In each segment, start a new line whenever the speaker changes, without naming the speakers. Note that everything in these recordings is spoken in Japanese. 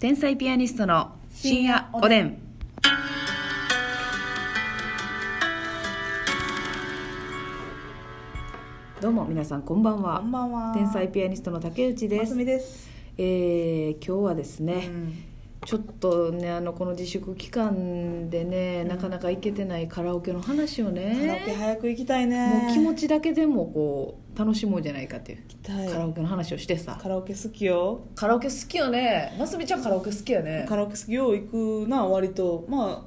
天才ピアニストの深夜おでん。どうも皆さんこんばん
こ
は
ん。ばんは。
天才ピアニストの竹内で
ますす。みです。
えー今日はです
う
ね、
ん
ちょっとねあのこの自粛期間でね、
うん
なかなか行けてないカラオケの話を
カラオケ
ね、
早く行きたいね。
もう気持
ち
ちだけでもこう楽しもうじゃないかっていう、
たい。
カラオケの話をしてさ。
カラオケ好きよ。
カラオケ好きよねますみちゃんカラオケ好きよね
カラオケ好きよう行くな割とま
う
あ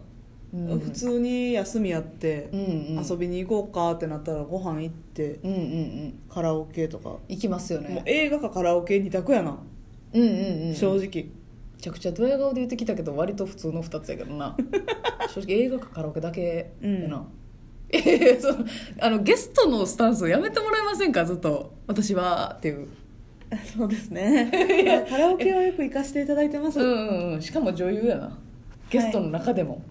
ん、
普通に休みやって
うんうん
遊びに行こうかってなったらご飯行って
うんうんうん
カラオケとか。
行きますよ
もう
ね
映画かカラオケ二択やな。
うんうんうんめ
正直。
ちゃくちゃドヤ顔で言ってきたけど割と普通の2つやけど な正直映画かカラオケだけやな、
う
ええそのあのゲストのスタンスをやめてもらえませんかずっと私はっていう
そうですね。 カラオケはよく行かせていただいてま
う
す。
ん
うん
うんうんしかも女優やなゲストの中でも、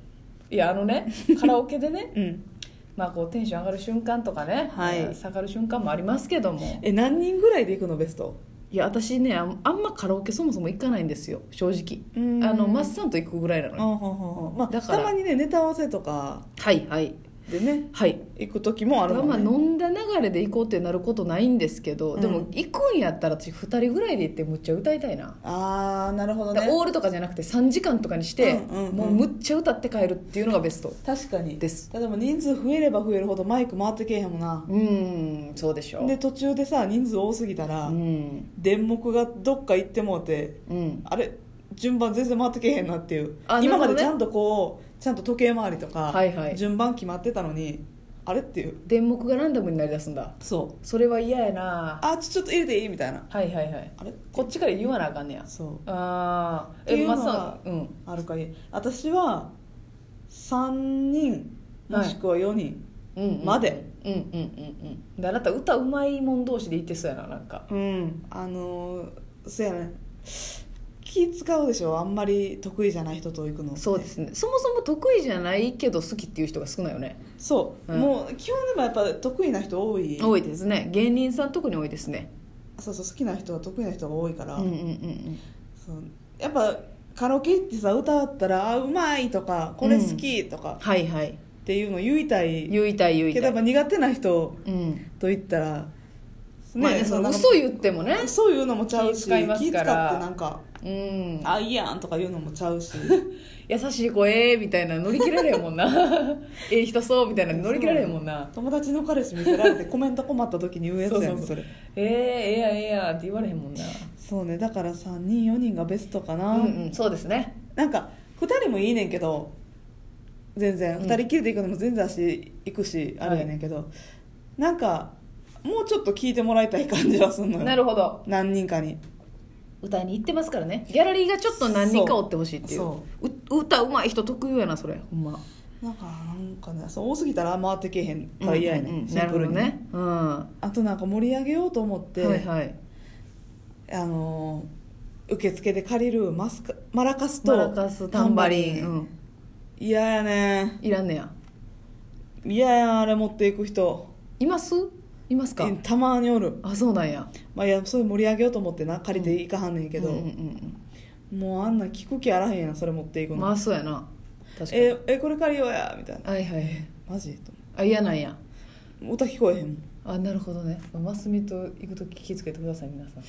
い、やあの ねカラオケでねまあこうテンション上がる瞬間とかね、
はい
下がる瞬間もありますけども
え何人ぐらいで行くのベスト？
いや私ねあんあんまカラオケそもそも行かないんですよ正直
うん
あのマッサンと行くぐらいなの
あ
よ
ほんほんほんまあ
だから
たまにねネタ合わせとか
はいはい
でね
はい
行く時もあ
だ
る
から
もん
まあ
ね。
飲んだ流れで行こうってなることないんですけど、
うん
でも行くんやったら私2人ぐらいで行ってむっちゃ歌いたいな、
あーなるほど
だか
ね
らオールとかじゃなくて3時間とかにして、
うんうんうん
もうむっちゃ歌って帰るっていうのがベスト
確かに
です
例えば人数増えれば増えるほどマイク回ってけえへんもんな
うーんそうでしょう
で途中でさ人数多すぎたら、
うん
電目がどっか行ってもうて
うん
あれ順番全然回ってけえへんなっていう、
あ
今ま
なるほど
で
ね
ちゃんとこうちゃんと時計回りとか、
はいはい
順番決まってたのにあれっていう
電目がランダムになりだすんだ
そう
それは嫌やな
あちょちょっと入れていいみたいな
はいはいはい
あれ
こっちから言わなあかんねや
そう
ああ
ってい
え
うの
マ
が
ッサンうん
あるかい私は3人もしくは4人、
うんうんうん
まで
うんうんうんうんであなた歌うまいもん同士で言ってそうやななんか
うんあのーそうやね気使うでしょあんまり得意じゃない人と行くの
そうですねそもそも得意じゃないけど好きっていう人が少ないよね
そう、
うん
もう基本でもやっぱ得意な人多い
多いですね芸人さん特に多いですね
そうそう好きな人は得意な人が多いか
う
ら、
んうんうん
そうやっぱカラオケ行ってさ歌ったら「あうまい」とか「これ好き」とか
はいはい
っていうの言いたい、
言いたい言い
けど
た
や
い
っぱ苦手な人
うん
と言ったら
まあねその嘘言ってもね
そういうのもちゃうし
気使いますから
気使ってなんか
うん
「あいいやん」とか言うのもちゃうし
優しい声みたいな乗り切られへんもん なええ人そうみたいな乗り切られへんもんな
友達の彼氏見せられてコメント困った時に言うやつやねん
そうそう
それ
ええええやんええやんって言われへんもんな
そうねだから3人4人がベストかな、
うんうんそうですね
なんか2人もいいねんけど全然
うん
2人きりで行くのも全然足行くし
はい
あれやねんけど、なんかもうちょっと聞いてもらいたい感じはすんのよ
なるほど
何人かに
歌いに行ってますからねギャラリーがちょっと何人かおってほしいっていう
そう
歌うまい人特有やなそれほんま
なんかなんかねそう多すぎたら回ってけえへんから嫌やね
うん
ん、
うんうん
シ
な
ン
るほ
プル
ど
に、
ねうんは
あとなんか盛り上げようと思って、
いはい
あのー受付で借りるマスカマラカスと
マラカスタンバリン
タ
うん
嫌、やね
いらんねや
嫌やんあれ持っていく人
いますいますか
たまにおる
あそうなんや
まあいやそういう盛り上げようと思ってな借りていかはんねんけど、
うんうん
もうあんな聞く気あらへんやんそれ持ってい
うん
く
ま
の、
あそうやな確かに
ええこれ借りようやみたいな
はいはい
マジと思
あ嫌なんや
って歌聞こえへんもん
あなるほどねますみと行くとき気付けてください皆 さん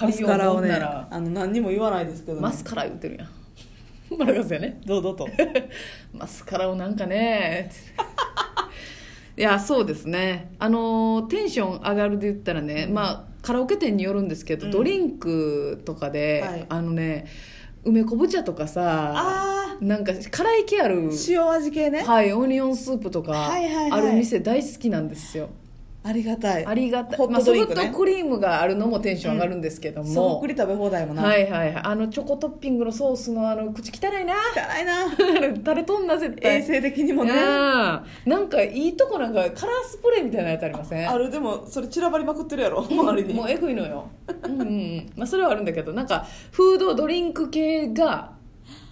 マスカラを
飲ん
ね
だら
あの何にも言わないですけど、ね、
マスカラ言ってるやん マラカスやね
どうど うと
マスカラをなんかね いやそうですねあのーテンション上がるで言ったらね、
うん
まあカラオケ店によるんですけど、
うん
ドリンクとかで、
はい
あのね梅昆布茶とかさ
あ
なんか辛い気ある
ー塩味系ね
はいオニオンスープとか
はいはいは
ある
い
店大好きなんですよ、
ありがたい
ありがたい、
ホッ
まあ、
ト
ソ
ドリ
フ
ンク
ト
ね
クリームがあるのもテンション上がるんですけど
そっ
も、
くり食べ放題もな、
はいはいはいあのチョコトッピングのソースのあの口汚 いな
汚いな
垂れとんな絶対
衛生的にもね
うんなんかいいとこなんかカラースプレーみたいなやつありません
あるでもそれ散らばりまくってるやろ周りに
もうえぐいのようんうんうんまあそれはあるんだけどなんかフードドリンク系が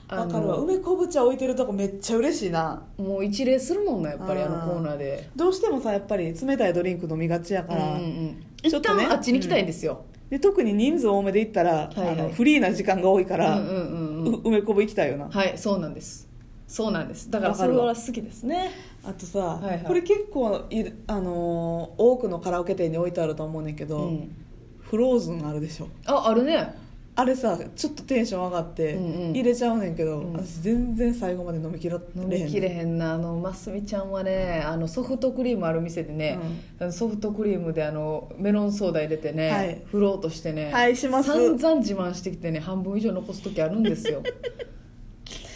あ
わかるわ
の
梅昆布茶置いてるとこめっちゃ嬉しいな
もう一礼するもんなやっぱりあの
あー
コーナーで
どうしてもさやっぱり冷たいドリンク飲みがちやから、
うんうんうん
ち
一
ょっとね
旦あっちに行きたいんですよ、
で特に人数多めで行ったら、
いはい
あのフリーな時間が多いから、
うんうんうんう
うん梅こぼ行きたいよな
はいそうなんですそうなんですだから
わ
そ
か
れ
るわ
は好きですね
あとさ、
はいはい
これ結構いる、あのー多くのカラオケ店に置いてあると思うねんけ
う
ど、
ん
フローズンあるでしょ
ああるね
あれさちょっとテンション上がって
うんうん
入れちゃうねんけど、
うん
私全然最後まで飲みきられへん
飲みきれへんなあのますみちゃんはねあのソフトクリームある店でね、あのソフトクリームであのメロンソーダ入れてね、
はい
振ろうとしてね、
はいします
散々自慢してきてね半分以上残す時あるんです よ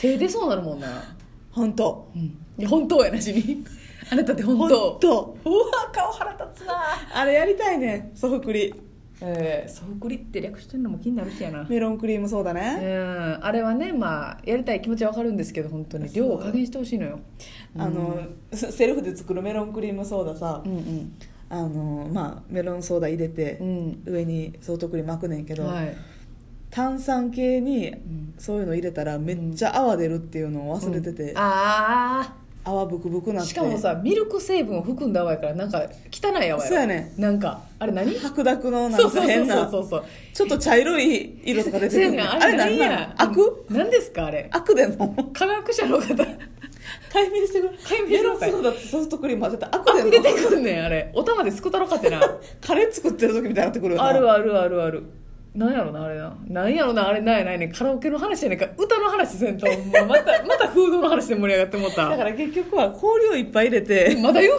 手出そうなるもんな、
本当
うん、いや本当やなしにあなたって本当
当
うわ顔腹立つな、
あれやりたいねんソフクリ
えー、ソフクリって略してるのも気になるしやな
メロンクリームソーダ
う
ね、
んあれはねまあやりたい気持ちはわかるんですけど本当に量を加減してほしいのよ
あのせセルフで作るメロンクリームソーダさ、
うんうん
あのまあメロンソーダ入れて
う、ん
上にソフトクリーム巻くねんけど、
はい、
炭酸系に
うん
そういうの入れたらめっちゃ泡出るっていうのを忘れてて、
あ
泡ブクブクな
あ
って
しかもさミルク成分を含んだ泡やからなんか汚い泡やろ
そうやね
なんかあれ何
白濁のな
そうんそ
か
うそう
変
そう
な
そうそう
ちょっと茶色い色とか出てくる
そう
ね
やねん
あれなんなん
や
悪
何ですかあれ
悪での
科学者の方
解明してくれ
解明して
メ
く
ロ
ださ
ンソ
い
ーダとソフトクリーム混ぜたら
悪出
悪での
てくんねんあれお玉ですくたろかって な
カレー作ってる時みたいになってくるよな
あるあるあるあるなんやろなあれななんやろなあれなんやないねんカラオケの話やねんか歌の話せんとほんままた またフードの話で盛り上がってもうた
だから結局は氷をいっぱい入れて
まだ言う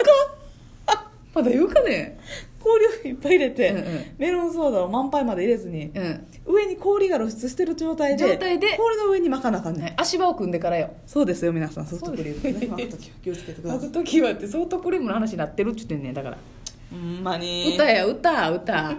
かまだ言うかね
氷をいっぱい入れて、
うんうん
メロンソーダを満杯まで入れずに、
うん、
上に氷が露出してる状態で
状態で
氷の上に巻かなあかんねん、
はい、足場を組んでからよ
そうですよ皆さんソフトクリ ームね
そうです
巻く時は気をつけてくだ
巻
さい
く時はってソフトクリームの話になってるっちゅってんねんだから、
ほんまに
歌や歌 歌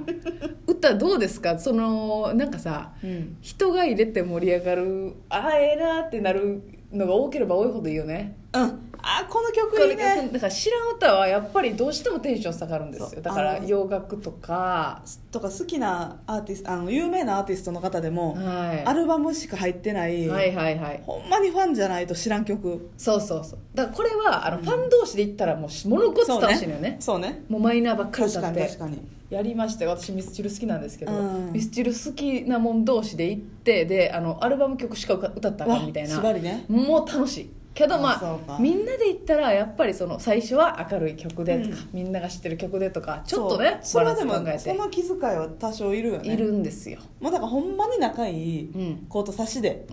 歌どうですかそのなんかさ
うん
人が入れて盛り上がるああええなってなるのが多ければ多いほどいいよね
うんあこの曲いい
こ
ね
れだから知らん歌はやっぱりどうしてもテンション下がるんです
そ
よ
う
だから
あの
洋楽とか
とか好きなアーティストあの有名なアーティストの方でも、ア
は
ルバムしか入ってない、
い、はいはいはい
ほんまにファンじゃないと知らん曲
そうそうそうだからこれはあの、ファン同士で言ったらもうしものごつ楽しいのよね
そうね
もうマイナーばっかりだ
確か
っ
に
て
確かに
やりましたよ私ミスチル好きなんですけど、
うん
ミスチル好きなもん同士で行ってであのアルバム曲しか歌歌ったらあかんみたいな
わ縛りね
もう楽しいけど
あそう
まあ
か
みんなで行ったらやっぱりその最初は明るい曲でとか、
うん
みんなが知ってる曲でとかちょっとね
そうそ
バ
れ
ラ
は
ン
で
ス
も
考え
その気遣いは多少いるよ
て
ね
いるんですよ、
まあ、だからほんまに仲いい
うん
子と差しで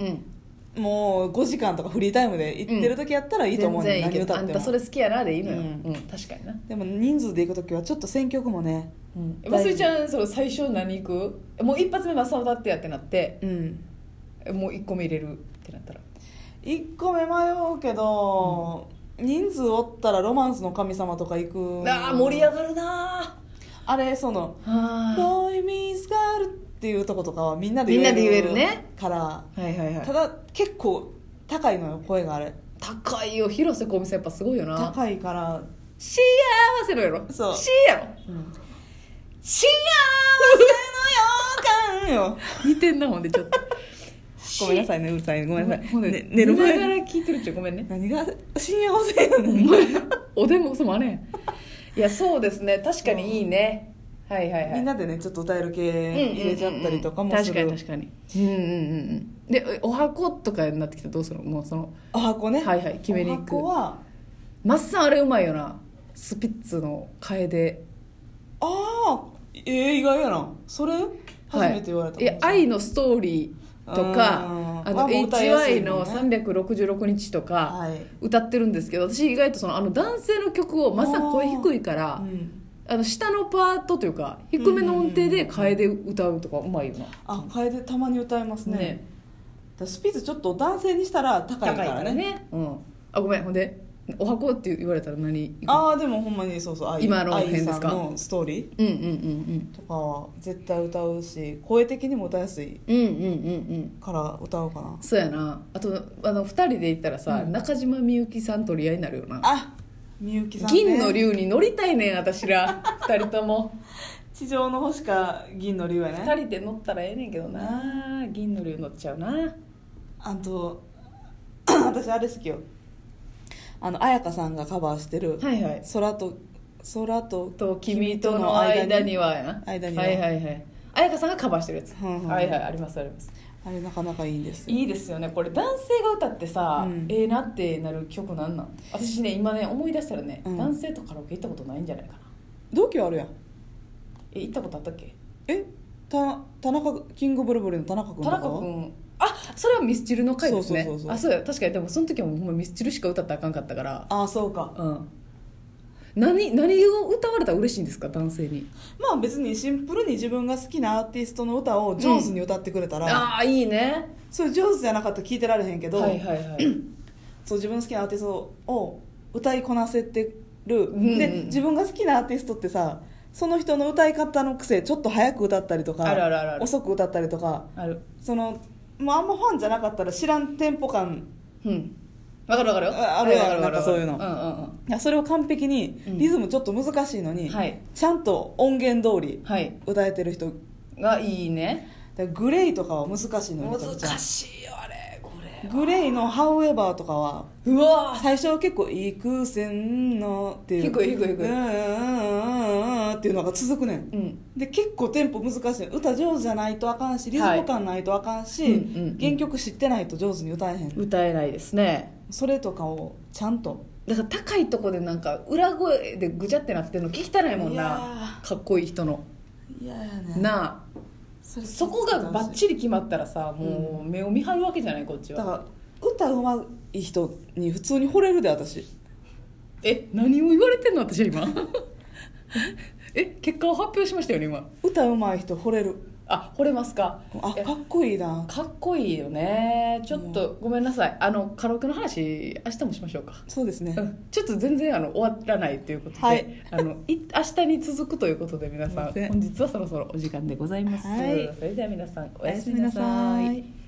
うん、
もう5時間とかフリータイムで行ってる時やったらいいと思う
全
ね、
然いいけ
何
どあ
歌っ
ん
て
た
も
それ好きやなでいいのよ、う
うんん
確かにな
でも人数で行く時はちょっと選曲もね
うん
大事
ますみちゃんその最初何行くもう一発目「マサオだってや」ってなって
うん
もう一個目入れるってなったら
1個目迷うけど、人数おったら「ロマンスの神様」とか行く
あー盛り上がるな
あれその「
は
ボーイ・ミーズ・ガール」っていうとことかはみんなで
みんなで言えるね
から
いはいは
た
い
だ結構高いのよ声があれ
高いよ広瀬香美さんやっぱすごいよな
高いから、
幸せのやろ
そう
しやろ
うん、
幸
せの予感よ
せ似てんなほんでちょっと
ごめんなさいねうるさいごめんなさい、
ほんで
ね、寝る前
寝ながら聞いてるっちゃごめんね
何が幸せや
お
ねん
前おでんもそもあれんいやそうですね確かにいいねはいはいはい
みんなでねちょっと歌える系
うんうんうんうん
入れちゃったりとかもす
確
る、
かに確かにうんうんうんうんでお箱とかになってきたらどうするのもうその
お箱ね
はいはい決めに行く
お箱は
マッサンあれうまいよなスピッツの楓
ああえー、意外やなそれ初めて言われた、
はい、いや愛のストーリーとか
うん
あの
あもう歌いやすい
HY
も
の
んね
366日とか
はい
歌ってるんですけど私意外とそのあの男性の曲をまさに声低いから
うん
あの下のパートというか低めの音程で楓歌うとかうまいよな、
あ楓たまに歌えますね
ね
だからスピーツちょっと男性にしたら高いからね
うん、あごめんほんで「お箱」って言われたら何
ああでもほんまにそうそう愛
今の辺ですか
愛さんのストーリ
うんうんうん
ーとかは絶対歌うし声的にも歌いやすい
うんうんうんうんうん
から歌うかな
そうやなあとあの2人で行ったらさ、
うん
中島みゆきさん取り合いになるよな
あみゆきさん、ね、
銀の竜に乗りたいねん私 ら二人とも
地上の星か銀の竜や
二
ね
人で乗ったらええねんけどな銀の竜乗っちゃうな
あと 私あれ好きよあの彩香さんがカバーしてる
はいは
「空と空と
と君との間にはやな
間には
はいはいはい彩香さんがカバーしてるやつ、
うんうん
はいはいありますあります
あれなかなかいいんですよ
いいですよねこれ男性が歌ってさ、
うん
ええなってなる曲なんなん私ね今ね思い出したらね、
うん
男性とカラオケ行ったことないんじゃないかな
同期はあるやん
え行ったことあったっけ
えた田中キングブルブルの田中君
田中君あそれはミスチルの回ですね
そうそうそうそう
あそうや確かにでもその時はもうほんまミスチルしか歌ったらあかんかったから
ああそうか
うん何何を歌われたら嬉しいんですか男性に
まあ別にシンプルに自分が好きなアーティストの歌を上手に歌ってくれたら、
ああーいいね
それ上手じゃなかったら聞いてられへんけど、
はいはいはい
そう自分の好きなアーティストを歌いこなせてる、
うんうん
で自分が好きなアーティストってさその人の歌い方の癖ちょっと早く歌ったりとか
あるあるあるある
遅く歌ったりとか
ある
そのもうあんまファンじゃなかったら知らんテンポ感
うんわかるわかるよ
ああるよ
はいわかわか
なんかそういうの
うんうん
いやそれを完璧に
うん
リズムちょっと難しいのに、
はい
ちゃんと音源通り
うんはい
歌えてる人
がいいね
だからグレイとかは難しいのに
難しいよあれこれ
グレイの「However」とかは
うわ
最初は結構「いくせんの」っていう
低い低い低い
うんうんうんうんっていうのが続くねん
うん
で結構テンポ難しい歌上手じゃないとあかんしリズム感ないとあかんし、
はいうんうんうん
原曲知ってないと上手に歌えへん、
歌えないですね
それとかをちゃんと
だから高いとこでなんか裏声でぐちゃってなってるの聞きたないもん
いや
なかっこいい人の
いややね
なあ
それ
そこがバッチリ決まったらさもう目を見張るわけじゃないこっち
だか
は
ら歌うまい人に普通に惚れるで私
え何を言われてんの私は今 え結果を発表しましたよね今
歌うまい人惚れる
あ惚れますか
あ
いや
かっこいいな
かっこいいよねちょっとごめんなさいあのカラオケの話明日もしましょうか
そうですね
うんちょっと全然あの終わらないということで、
はい
あのい明日に続くということで皆さん
すいません
本日はそろそろお時間でございます、
はい
それでは皆さんお
お
や
や
す
す
み
み
な
な
さ
さ
い
い